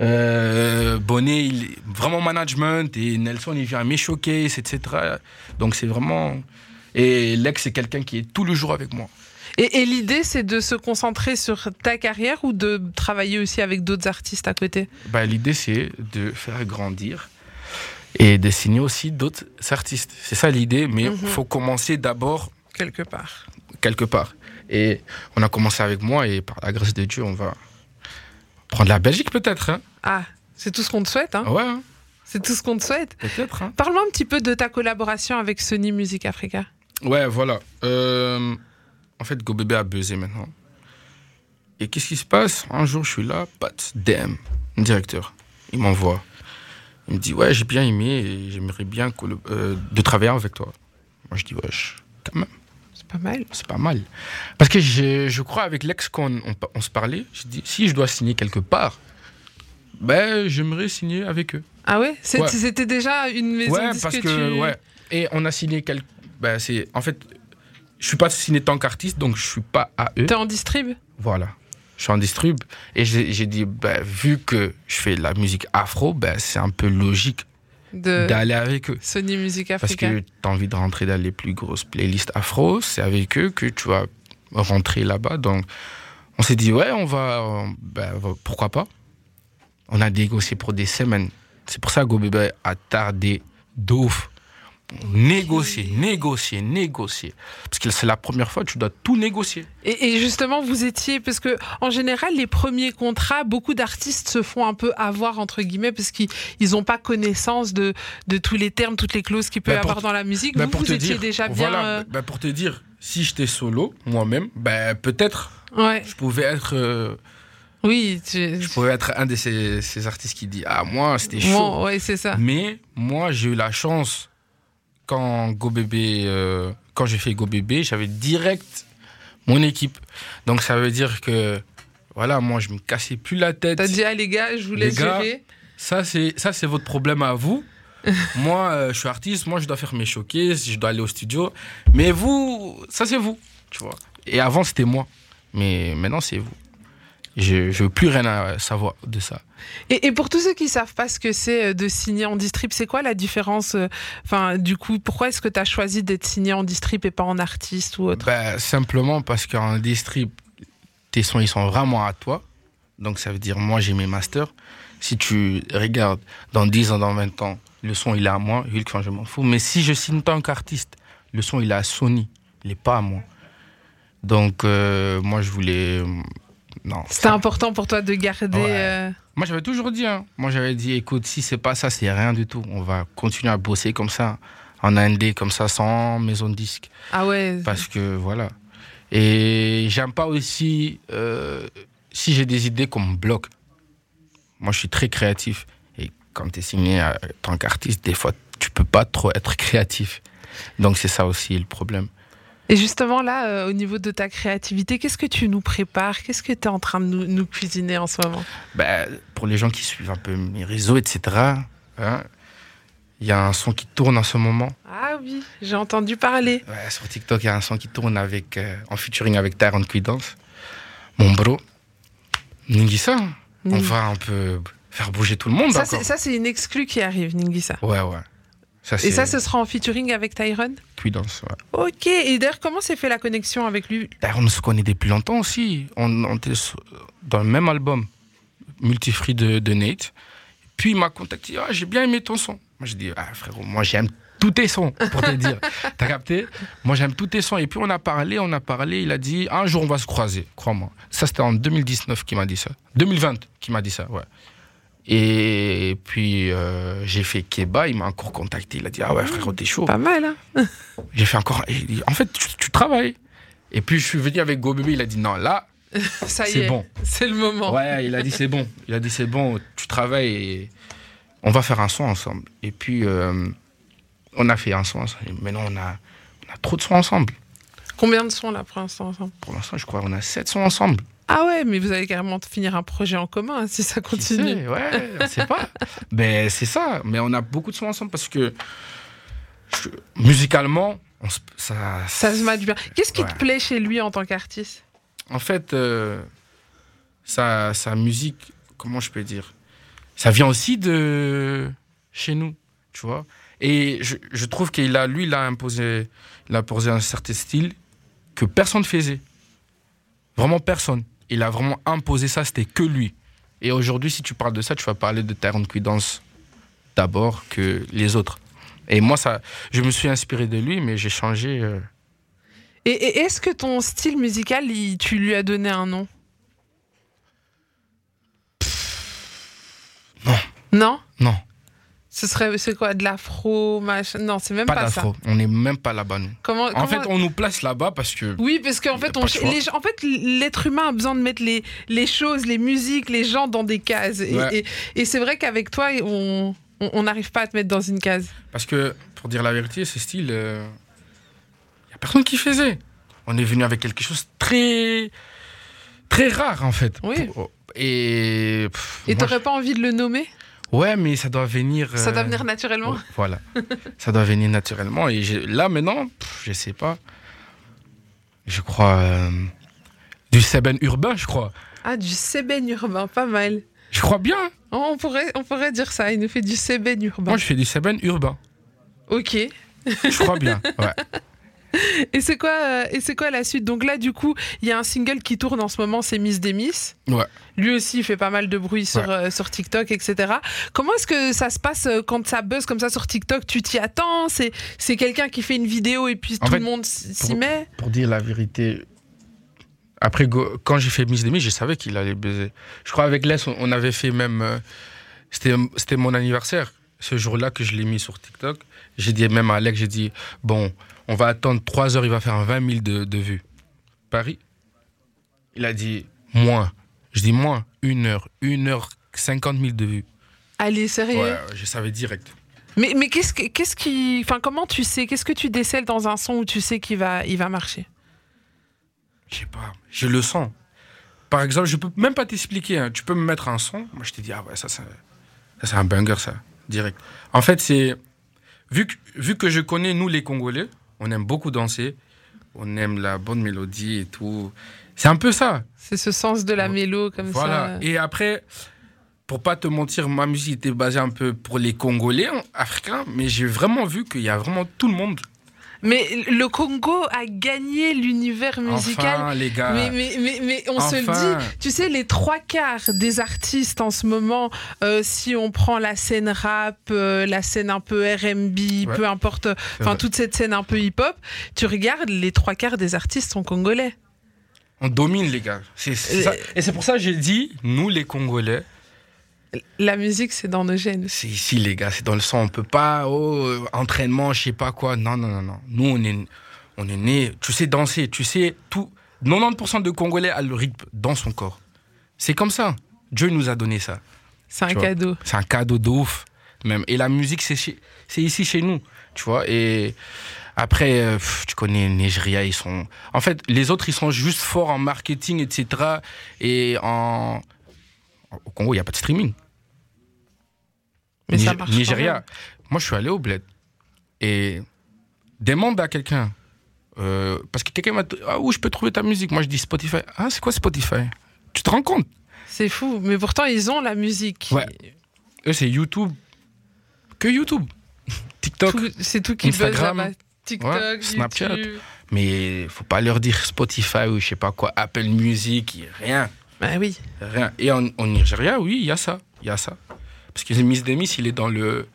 D: euh, Bonnet, il est vraiment management, et Nelson, il vient à mes showcases, etc. Donc, c'est vraiment... Et Lex, c'est quelqu'un qui est tout le jour avec moi.
B: Et, et l'idée, c'est de se concentrer sur ta carrière ou de travailler aussi avec d'autres artistes à côté
D: Bah, L'idée, c'est de faire grandir et de signer aussi d'autres artistes. C'est ça l'idée, mais il
B: Mhm.
D: faut commencer d'abord
B: Quelque part.
D: quelque part. Et on a commencé avec moi, et par la grâce de Dieu, on va prendre la Belgique peut-être. hein.
B: Ah, c'est tout ce qu'on te souhaite. Hein
D: ouais, hein,
B: c'est tout ce qu'on te souhaite.
D: peut-être. hein.
B: Parle-moi un petit peu de ta collaboration avec Sony Music Africa.
D: Ouais, voilà. Euh, en fait, GoBébé a buzzé maintenant. Et qu'est-ce qui se passe Un jour, je suis là, pat, DM, directeur. Il m'envoie. Il me dit Ouais, j'ai bien aimé et j'aimerais bien que le- euh, de travailler avec toi. Moi, je dis Wesh, quand même,
B: C'est pas mal.
D: c'est pas mal. Parce que je, je crois, avec l'ex, quand on, on- on se parlait, je dis Si je dois signer quelque part, ben, j'aimerais signer avec eux.
B: Ah ouais C'est-
D: Ouais.
B: C'était déjà une maison de
D: ouais,
B: disques
D: parce que.
B: tu-
D: Ouais. Et on a signé quelques. Ben, c'est. En fait, je suis pas signé tant qu'artiste, donc je suis pas à eux.
B: T'es en distrib
D: Voilà. Je suis en distrib. Et j'ai j'ai dit, bah, vu que je fais de la musique afro, bah, c'est un peu logique
B: de
D: d'aller avec eux.
B: Sony Music
D: Parce
B: Africa.
D: que tu as envie de rentrer dans les plus grosses playlists afro, c'est avec eux que tu vas rentrer là-bas. Donc, on s'est dit, ouais, on va. on- bah, va- pourquoi pas On a négocié pour des semaines. C'est pour ça que Gobébé a tardé d'ouf. Négocier, négocier, négocier. Parce que c'est la première fois, tu dois tout négocier.
B: Et, et justement, vous étiez, parce que en général, les premiers contrats, beaucoup d'artistes se font un peu avoir, entre guillemets, parce qu'ils n'ont pas connaissance de, de tous les termes, toutes les clauses qu'il peut y
D: Bah, pour
B: avoir dans la musique.
D: Bah,
B: vous, vous étiez déjà bien. euh,
D: voilà, bah, pour te dire, si j'étais solo, moi-même, bah, peut-être
B: euh, ouais.
D: je pouvais être, euh,
B: Oui, tu-
D: je pouvais être un de ces, ces artistes qui dit ah moi c'était chaud.
B: Bon, ouais, c'est ça.
D: Mais moi j'ai eu la chance quand Go Bébé, euh, quand j'ai fait Go Bébé, j'avais direct mon équipe. Donc ça veut dire que voilà, moi je me cassais plus la tête.
B: T'as dit, ah les gars, je vous
D: Les
B: laisse
D: gars,
B: gérer.
D: Ça, c'est, ça, c'est votre problème à vous. moi, euh, je suis artiste, moi, je dois faire mes showcases, je dois aller au studio. Mais vous, ça, c'est vous, tu vois. Et avant, c'était moi. Mais maintenant, c'est vous. Je, je veux plus rien à savoir de ça.
B: Et, et pour tous ceux qui savent pas ce que c'est euh, de signer en distrib, c'est quoi la différence euh, Enfin, du coup, pourquoi est-ce que tu as choisi d'être signé en distrib et pas en artiste ou autre
D: Bah, simplement parce qu'en distrib, tes sons, ils sont vraiment à toi. Donc, ça veut dire, moi, j'ai mes masters. Si tu regardes dans 10 ans, dans 20 ans, le son, il est à moi. Hulk, enfin, je m'en fous. Mais si je signe en tant qu'artiste, le son, il est à Sony. Il n'est pas à moi. Donc, euh, moi, je voulais. Non.
B: C'était important pour toi de garder.
D: Ouais.
B: euh,
D: Moi, j'avais toujours dit. hein. Moi, j'avais dit, écoute, si c'est pas ça, c'est rien du tout. On va continuer à bosser comme ça, en indé, comme ça, sans maison de disque.
B: Ah ouais.
D: Parce que voilà. Et j'aime pas aussi euh, si j'ai des idées qu'on me bloque. Moi, je suis très créatif. Et quand tu es signé euh, en tant qu'artiste, des fois, tu peux pas trop être créatif. Donc, c'est ça aussi le problème.
B: Et justement, là, euh, au niveau de ta créativité, qu'est-ce que tu nous prépares Qu'est-ce que tu es en train de nous, nous cuisiner en ce moment
D: Ben, pour les gens qui suivent un peu mes réseaux, etc., hein, il y a un son qui tourne en ce moment.
B: Ah oui, j'ai entendu parler.
D: Ouais, sur TikTok, il y a un son qui tourne avec, euh, en featuring avec Tyrone Cuidance. Mon bro, Ningisa, on
B: Ning-
D: va un peu faire bouger tout le monde.
B: Ça,
D: encore.
B: c'est ça, c'est une exclue qui arrive, Ningisa.
D: Ouais, ouais. Ça,
B: Et
D: c'est
B: ça, ce sera en featuring avec Tyron
D: Cuidance, ouais.
B: Ok. Et d'ailleurs, comment s'est fait la connexion avec lui
D: D'ailleurs, on se connaît depuis longtemps aussi. On, on était sur- dans le même album, Multifree de, de Nate. Puis il m'a contacté, ah, j'ai bien aimé ton son. Moi, j'ai dit, ah, frérot, moi, j'aime tous tes sons, pour te dire. T'as capté Moi, j'aime tous tes sons. Et puis, on a parlé, on a parlé. Il a dit, un jour, on va se croiser, crois-moi. Ça, c'était en 2019 qu'il m'a dit ça. 2020 qu'il m'a dit ça, ouais. Et puis, euh, j'ai fait Keba, il m'a encore contacté. Il a dit, ah ouais, frérot, t'es chaud.
B: Pas mal, hein
D: J'ai fait encore. et il dit, en fait, tu, tu travailles. Et puis je suis venu avec Go Bébé, il a dit non, là,
B: Ça y
D: C'est
B: est.
D: bon.
B: C'est le moment.
D: ouais, il a dit c'est bon. Il a dit c'est bon, tu travailles et on va faire un son ensemble. Et puis euh, on a fait un son ensemble. Et Maintenant, on a, on a trop de sons ensemble.
B: Combien de sons là pour l'instant ensemble
D: Pour l'instant, je crois qu'on a sept sons ensemble.
B: Ah ouais, mais vous allez carrément finir un projet en commun hein, si ça
D: Qui
B: continue.
D: sait, ouais, on sait pas. Mais c'est ça. Mais on a beaucoup de sons ensemble parce que je- musicalement, on se- ça,
B: Ça se match bien. Qu'est-ce qui te
D: Ouais.
B: plaît chez lui en tant qu'artiste
D: En fait, euh, sa, sa musique, comment je peux dire Ça vient aussi de chez nous, tu vois. Et je, je trouve qu'il a, lui, il a imposé, il a imposé un certain style que personne faisait. Vraiment personne. Il a vraiment imposé ça, c'était que lui. Et aujourd'hui, si tu parles de ça, tu vas parler de Tyrone Cuidance d'abord que les autres. Et moi, ça, je me suis inspiré de lui, mais j'ai changé. euh,
B: Et, et est-ce que ton style musical, il- tu lui as donné un nom
D: Non.
B: Non
D: Non.
B: Ce serait c'est quoi de l'afro machin Non, c'est même pas,
D: Pas
B: ça.
D: d'afro. On n'est même pas là-bas, nous.
B: Comment,
D: En
B: comment-
D: fait, on nous place là-bas parce que.
B: Oui, parce qu'en
D: Il y a
B: fait,
D: pas
B: on,
D: de choix.
B: les gens- en fait, l'être humain a besoin de mettre les, les choses, les musiques, les gens dans des cases. Et,
D: Ouais.
B: et- et c'est vrai qu'avec toi, on on- on n'arrive pas à te mettre dans une case.
D: Parce que, pour dire la vérité, ce style, il n'y a personne qui faisait. On est venu avec quelque chose de très. très rare, en fait.
B: Oui.
D: Pour- oh, Et. pff,
B: Et
D: moi,
B: t'aurais pas envie de le nommer
D: je- Ouais, mais ça doit venir.
B: Ça doit
D: euh,
B: venir naturellement.
D: Ouais, Voilà. ça doit venir naturellement. Et j'ai- là, maintenant, pff, je sais pas. Je crois. euh, du Seben urbain, je crois.
B: Ah, du sébène urbain, pas mal.
D: Je crois bien. hein.
B: Oh, On pourrait, on pourrait dire ça. Il nous fait du sébène urbain.
D: Moi, je fais du Seben urbain.
B: Ok. Et
D: Je crois bien. Ouais.
B: c'est quoi, euh, et c'est quoi la suite Donc là, du coup, il y a un single qui tourne en ce moment, c'est Miss Demis.
D: Ouais.
B: Lui aussi, il fait pas mal de bruit sur,
D: Ouais.
B: euh, sur TikTok, etc. Comment est-ce que ça se passe euh, quand ça buzz comme ça sur TikTok Tu t'y attends C'est, c'est quelqu'un qui fait une vidéo et puis
D: En
B: tout
D: fait,
B: le monde s- s'y
D: pour-
B: met
D: Pour dire la vérité, après, go- quand j'ai fait Miss Demi, je savais qu'il allait baiser. Je crois avec Les, on- on avait fait même. euh, C'était c'était mon anniversaire. Ce jour-là que je l'ai mis sur TikTok, j'ai dit même à Alex, j'ai dit Bon, on va attendre 3 heures, il va faire un 20 000 de, de vues. Paris Il a dit Moins. Je dis Moins, 1 heure, 1 heure 50 000 de vues.
B: Allez, sérieux
D: Ouais, ouais, je savais direct.
B: Mais, mais qu'est-ce, que- qu'est-ce qui. Enfin, comment tu sais Qu'est-ce que tu décèles dans un son où tu sais qu'il va, il va marcher
D: Je sais pas, je le sens. Par exemple, je peux même pas t'expliquer. hein. Tu peux me mettre un son. Moi, je te dis, ah ouais, ça, c'est- ça, c'est un banger, ça, direct. En fait, c'est. Vu que, vu que je connais, nous, les Congolais, on aime beaucoup danser. On aime la bonne mélodie et tout. C'est un peu ça.
B: C'est ce sens de la
D: Ouais.
B: mélo comme ça.
D: voilà. Et après, pour pas te mentir, ma musique était basée un peu pour les Congolais, hein, africains. Mais j'ai vraiment vu qu'il y a vraiment tout le monde.
B: Mais le Congo a gagné l'univers musical.
D: Enfin, les gars.
B: Mais, mais, mais, mais on se
D: Enfin.
B: le dit, tu sais, les trois quarts des artistes en ce moment, euh, si on prend la scène rap, euh, la scène un peu RB,
D: Ouais.
B: peu importe, enfin
D: vrai.
B: toute cette scène un peu hip-hop, tu regardes, les trois quarts des artistes sont congolais.
D: On domine, les gars. C'est c'est ça. Et c'est pour ça que j'ai dit, nous, les Congolais,
B: La musique, c'est dans nos gènes.
D: c'est ici, les gars, c'est dans le sang. On peut pas, oh, euh, entraînement, je sais pas quoi. Non, non, non, non. Nous, on est, on est nés. Tu sais danser, tu sais tout. 90% de Congolais a le rythme dans son corps. C'est comme ça. Dieu nous a donné ça.
B: C'est un
D: Tu vois.
B: cadeau.
D: C'est un cadeau de ouf, même. Et la musique, c'est chez- c'est ici chez nous, tu vois. Et après, euh, pff, tu connais Nigeria, ils sont. En fait, les autres, ils sont juste forts en marketing, etc. Et en. Au Congo, il n'y a pas de streaming.
B: Mais ça
D: Nige-
B: marche quand même.
D: Nigeria. Moi, je suis allé au bled. Et demande à quelqu'un. euh, parce que quelqu'un m'a dit Ah, où je peux trouver ta musique Moi, je dis Spotify. Ah, c'est quoi Spotify Tu te rends compte
B: C'est fou, mais pourtant ils ont la musique.
D: Ouais. Eux, c'est YouTube. Que YouTube. TikTok.
B: Tout- C'est tout qui buzz
D: Instagram.
B: là-bas. TikTok,
D: Ouais, Snapchat.
B: YouTube.
D: Mais faut pas leur dire Spotify ou je sais pas quoi, Apple Music, rien,
B: Bah oui.
D: rien. Et en, en Nigeria, oui, il y a ça, il y a ça. Parce que Miss Demis, il est dans le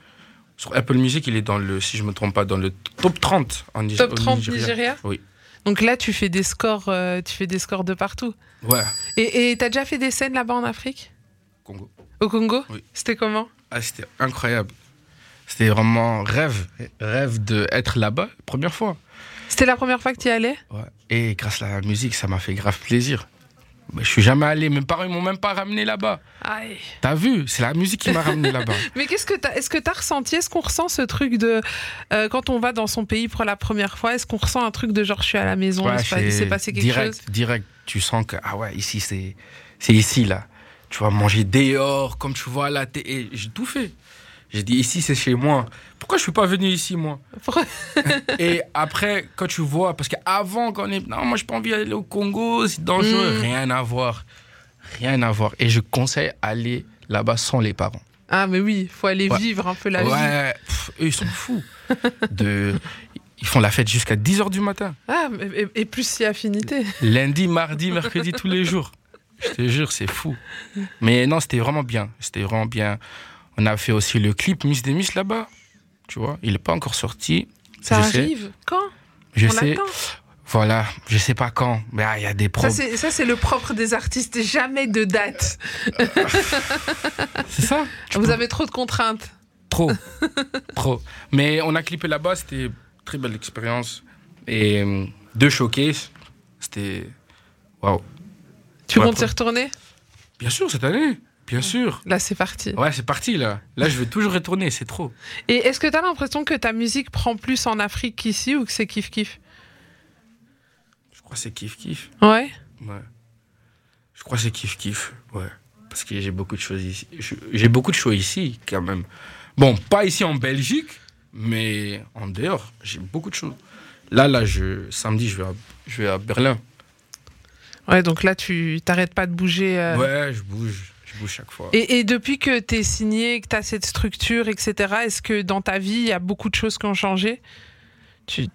D: sur Apple Music, il est dans le, si je me trompe pas, dans le top 30 en Nige-
B: Top
D: au
B: 30
D: Nigeria.
B: Nigeria
D: Oui.
B: Donc là, tu fais des scores, euh, tu fais des scores de partout.
D: Ouais,
B: Et et t'as déjà fait des scènes là-bas en Afrique
D: Congo.
B: Au Congo
D: Oui.
B: C'était comment
D: Ah, c'était incroyable. C'était vraiment rêve, rêve de être là-bas, première fois.
B: C'était la première fois que tu y allais
D: Ouais. Et grâce à la musique, ça m'a fait grave plaisir. Mais je suis jamais allé, mes parents ils m'ont même pas ramené là-bas.
B: Aïe.
D: T'as vu, c'est la musique qui m'a ramené là-bas.
B: Mais qu'est-ce que t'as- est-ce que t'as ressenti Est-ce qu'on ressent ce truc de euh, quand on va dans son pays pour la première fois Est-ce qu'on ressent un truc de genre je suis à la maison
D: Ouais,
B: il se pa- Il
D: c'est
B: s'est passé quelque
D: direct,
B: chose
D: Direct, tu sens que, ah ouais, ici, c'est c'est ici, là. Tu vas manger dehors, comme tu vois là. t'es- et J'ai tout fait. J'ai dit, ici, c'est chez moi. Pourquoi je suis pas venu ici, moi
B: Pourquoi
D: Et après, quand tu vois, parce qu'avant, quand on est. Non, moi, j'ai pas envie d'aller au Congo, c'est dangereux.
B: Mm.
D: Rien à voir. Rien à voir. Et je conseille aller là-bas sans les parents.
B: Ah mais oui, faut aller
D: Ouais.
B: vivre un peu la vie.
D: ouais, pff, eux, ils sont fous. De... Ils font la fête jusqu'à 10h du matin.
B: Ah mais- et, et plus si affinité.
D: Lundi, mardi, mercredi, tous les jours. Je te jure, c'est fou. Mais non, c'était vraiment bien. C'était vraiment bien. On a fait aussi le clip Miss Demis là-bas. Tu vois, il n'est pas encore sorti.
B: Ça
D: je sais.
B: arrive quand
D: Je
B: On
D: sais.
B: l'attend.
D: Voilà, je sais pas quand. Mais ah, il y a des
B: Ça,
D: problèmes.
B: c'est- Ça, c'est le propre des artistes, jamais de date.
D: C'est ça
B: Vous avez trop de contraintes.
D: Trop. trop. Mais on a clippé là-bas, c'était une très belle expérience. Et euh, deux showcases, c'était. Waouh.
B: Tu
D: Ouais,
B: comptes y
D: pour-
B: retourner
D: Bien sûr, cette année. Bien sûr.
B: Là, c'est parti.
D: Ouais, c'est parti là. Là, je veux toujours retourner, c'est trop.
B: Et est-ce que tu as l'impression que ta musique prend plus en Afrique qu'ici ou que c'est kiff-kiff
D: Je crois que c'est kiff kiff.
B: Ouais.
D: Ouais. Je crois que c'est kiff kiff. Ouais. Parce que j'ai beaucoup de choses ici. Je- J'ai beaucoup de choses ici quand même. Bon, pas ici en Belgique, mais en dehors, j'ai beaucoup de choses. Là, là, je samedi, je vais à, je vais à Berlin.
B: Ouais, donc là, tu t'arrêtes pas de bouger. euh.
D: Ouais, je bouge, je bouge chaque fois.
B: Et, et depuis que tu es signé, que tu as cette structure, etc., est-ce que dans ta vie, il y a beaucoup de choses qui ont changé tu...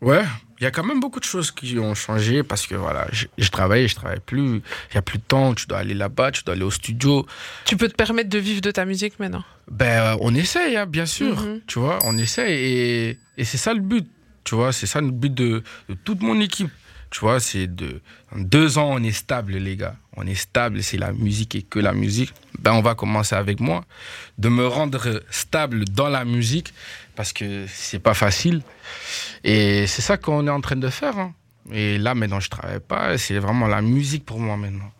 D: Ouais, il y a quand même beaucoup de choses qui ont changé parce que voilà, je, je travaille, je travaille plus. Il y a plus de temps. Tu dois aller là-bas, tu dois aller au studio.
B: tu peux te permettre de vivre de ta musique maintenant
D: Ben, euh, on essaye, hein, bien sûr.
B: Mhm.
D: Tu vois, on essaye. Et, et c'est ça le but. Tu vois, c'est ça le but de, de toute mon équipe. Tu vois, c'est de. En deux ans, on est stable, les gars. On est stable. C'est la musique et que la musique. Ben, on va commencer avec moi. De me rendre stable dans la musique parce que c'est pas facile. Et c'est ça qu'on est en train de faire. hein. Et là, maintenant, je travaille pas. C'est vraiment la musique pour moi maintenant.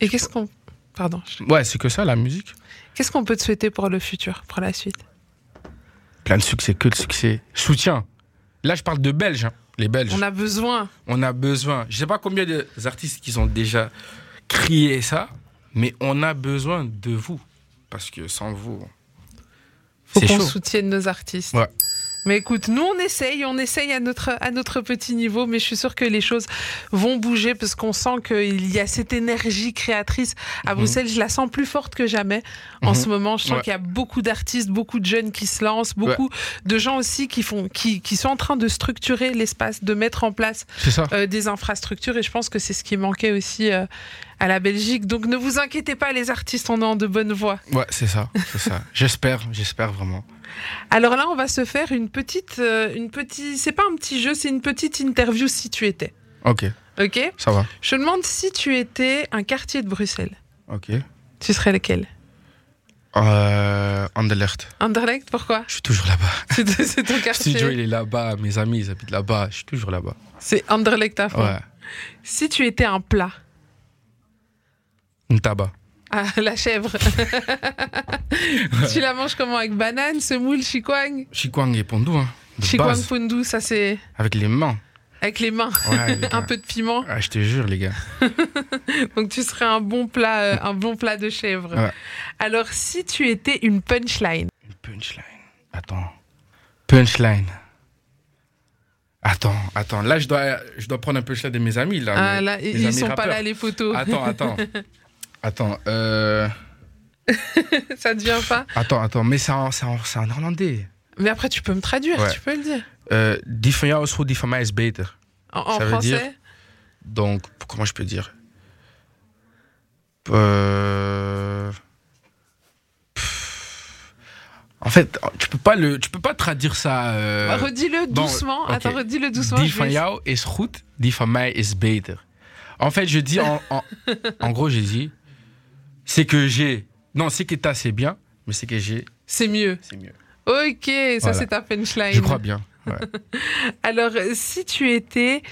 B: Et qu'est-ce qu'on. Pardon. je-
D: Ouais, c'est que ça, la musique.
B: Qu'est-ce qu'on peut te souhaiter pour le futur, pour la suite
D: plein de succès, que de succès. Soutien. Là, je parle de Belges. hein. Les Belges.
B: On a besoin.
D: On a besoin. Je sais pas combien d'artistes qui ont déjà crié ça, mais on a besoin de vous. Parce que sans vous,
B: faut
D: C'est
B: qu'on
D: chaud.
B: soutienne nos artistes.
D: Ouais.
B: Mais écoute, nous on essaye, on essaye à notre, à notre petit niveau, mais je suis sûre que les choses vont bouger parce qu'on sent qu'il y a cette énergie créatrice. À Bruxelles, je la sens plus forte que jamais en
D: Mhm.
B: ce moment. Je sens
D: Ouais.
B: qu'il y a beaucoup d'artistes, beaucoup de jeunes qui se lancent, beaucoup de gens aussi qui, font, qui, qui sont en train de structurer l'espace, de mettre en place
D: c'est ça.
B: euh, des infrastructures et je pense que c'est ce qui manquait aussi euh, à la Belgique. Donc ne vous inquiétez pas, les artistes, on est en de bonnes voies.
D: Ouais, c'est ça. C'est ça. J'espère, j'espère vraiment.
B: Alors là, on va se faire une petite, euh, une petite. C'est pas un petit jeu, c'est une petite interview si tu étais.
D: Ok,
B: Ok.
D: ça va.
B: Je te demande si tu étais un quartier de Bruxelles.
D: Ok.
B: Tu serais lequel
D: Euh, Anderlecht.
B: Anderlecht, pourquoi
D: Je suis toujours là-bas.
B: C'est c'est ton
D: Le studio,
B: quartier.
D: il est là-bas. Mes amis, ils habitent là-bas. Je suis toujours là-bas.
B: C'est Anderlecht à fond.
D: Ouais.
B: Si tu étais un plat,
D: Une tabac.
B: ah, la chèvre. tu la manges comment Avec banane, semoule, chikwang
D: Chikwang et Pondu, hein. De
B: Chikwang
D: base.
B: fundu, ça c'est
D: Avec les mains.
B: avec les mains.
D: Ouais, les
B: un
D: gars.
B: peu de piment.
D: Ah, je te jure, les gars.
B: Donc tu serais un bon plat, euh, un bon plat de chèvre.
D: Ouais.
B: Alors si tu étais une punchline.
D: Une punchline. Attends. Punchline. Attends, attends. Là, je dois, je dois prendre un punchline de mes amis. Là,
B: Ah
D: mes-
B: là,
D: mes
B: ils ils
D: amis
B: sont pas
D: rappeurs.
B: là les photos.
D: Attends, attends. attends, euh,
B: Ça devient pas.
D: attends, attends. Mais c'est en, c'est en- c'est en hollandais.
B: Mais après tu peux me traduire,
D: Ouais.
B: tu peux le dire.
D: Euh, die van jou is goed, die van mij is beter.
B: En, en
D: Ça veut
B: français.
D: dire- Donc, comment je peux dire Euh, pff. En fait, tu peux pas le, tu peux pas traduire ça.
B: Bah,
D: euh,
B: redis-le
D: dans-
B: doucement.
D: ok.
B: Attends, redis-le doucement.
D: Die
B: je
D: van
B: vais-
D: jou is goed, die van mij is beter. En fait, je dis, en, en, en gros, j'ai dit, c'est que j'ai. Non, c'est que t'as, c'est bien, mais c'est que j'ai,
B: C'est mieux.
D: c'est mieux.
B: Ok, ça
D: Voilà.
B: c'est ta punchline.
D: Je crois bien. ouais.
B: Alors euh, si tu étais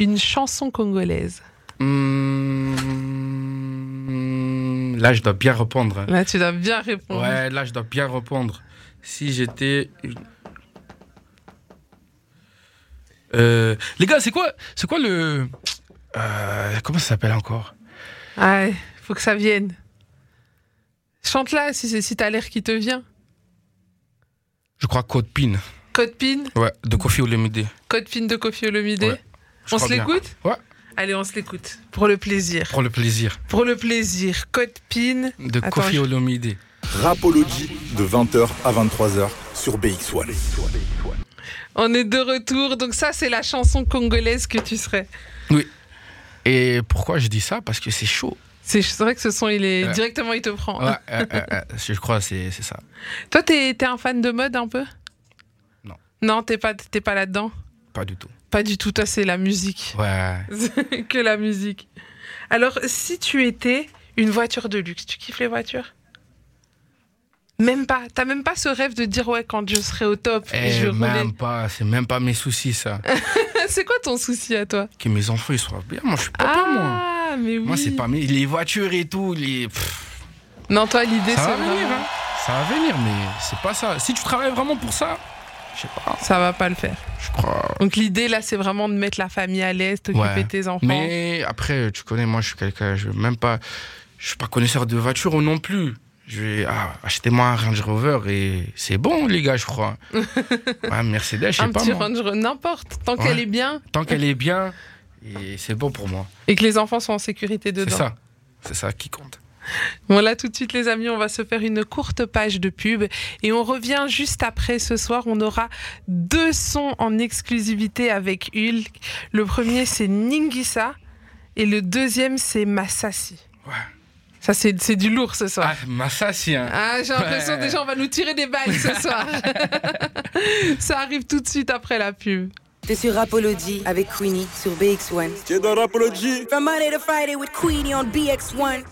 B: une chanson congolaise.
D: Hmm, là, je dois bien répondre.
B: Là tu dois bien répondre.
D: Ouais, là, je dois bien répondre. Si j'étais. une- Euh, les gars, c'est quoi, c'est quoi le. Euh, comment ça s'appelle encore
B: Ah, faut que ça vienne. Chante là si c'est- si t'as l'air qui te vient.
D: Je crois Code Pin.
B: Code pin.
D: Ouais, de Kofi Olomide.
B: Code PIN de Kofi Olomide.
D: Ouais, Je
B: on
D: crois
B: se
D: bien.
B: l'écoute
D: Ouais.
B: Allez, on se l'écoute. Pour le plaisir.
D: Pour le plaisir.
B: Pour le plaisir. Code PIN.
D: De
B: Attends,
D: Kofi
B: je-
D: Olomide.
A: Rapology de 20h à 23h sur BX1.
B: On est de retour. Donc ça, c'est la chanson congolaise que tu serais.
D: Et pourquoi je dis ça Parce que c'est chaud.
B: C'est c'est vrai que ce son, il est
D: Ouais.
B: directement, il te prend. hein.
D: Ouais, euh, euh, euh, je crois que c'est c'est ça.
B: Toi, t'es t'es un fan de mode un peu
D: Non.
B: Non, t'es pas, t'es pas là-dedans
D: Pas du tout.
B: Pas du tout. Toi, c'est la musique.
D: Ouais.
B: que la musique. Alors, si tu étais une voiture de luxe, tu kiffes les voitures Même pas. T'as même pas ce rêve de dire ouais quand je serai au top,
D: Eh,
B: je vais rouler.
D: même pas, c'est même pas mes soucis ça.
B: c'est quoi ton souci à toi
D: que mes enfants ils soient bien, moi je suis papa moi.
B: Ah mais oui.
D: Moi c'est pas mes les voitures et tout, les pff,
B: Non toi l'idée
D: ça
B: c'est
D: va venir,
B: vraiment-
D: hein. ça va venir, mais c'est pas ça. Si tu travailles vraiment pour ça, je sais pas,
B: Ça va pas le faire.
D: je crois.
B: Donc l'idée là c'est vraiment de mettre la famille à l'aise, t'occuper
D: Ouais.
B: tes enfants.
D: Mais après, tu connais, moi je suis quelqu'un, je même pas, je suis pas connaisseur de voitures non plus. Je vais ah, achetez-moi un Range Rover et c'est bon les gars, je crois. Un Mercedes, je sais
B: Un
D: pas
B: petit
D: moi.
B: Range Rover, n'importe, tant qu'elle
D: Ouais.
B: est bien
D: Tant qu'elle est bien, et c'est bon pour moi.
B: et que les enfants sont en sécurité
D: C'est
B: dedans.
D: ça, c'est ça qui compte.
B: Bon là tout de suite les amis, on va se faire une courte page de pub et on revient juste après ce soir. On aura deux sons en exclusivité avec Hulk. Le premier c'est Ningisa et le deuxième c'est Massassi.
D: Ouais.
B: Ça c'est c'est du lourd ce soir.
D: Ah, Massassien.
B: Ah, j'ai l'impression
D: Ouais.
B: déjà on va nous tirer des balles ce soir. Ça arrive tout de suite après la pub.
E: T'es sur Rapology avec Queenie sur BX1.
A: Qui est dans Rapology
E: From Monday to Friday with Queenie on BX1.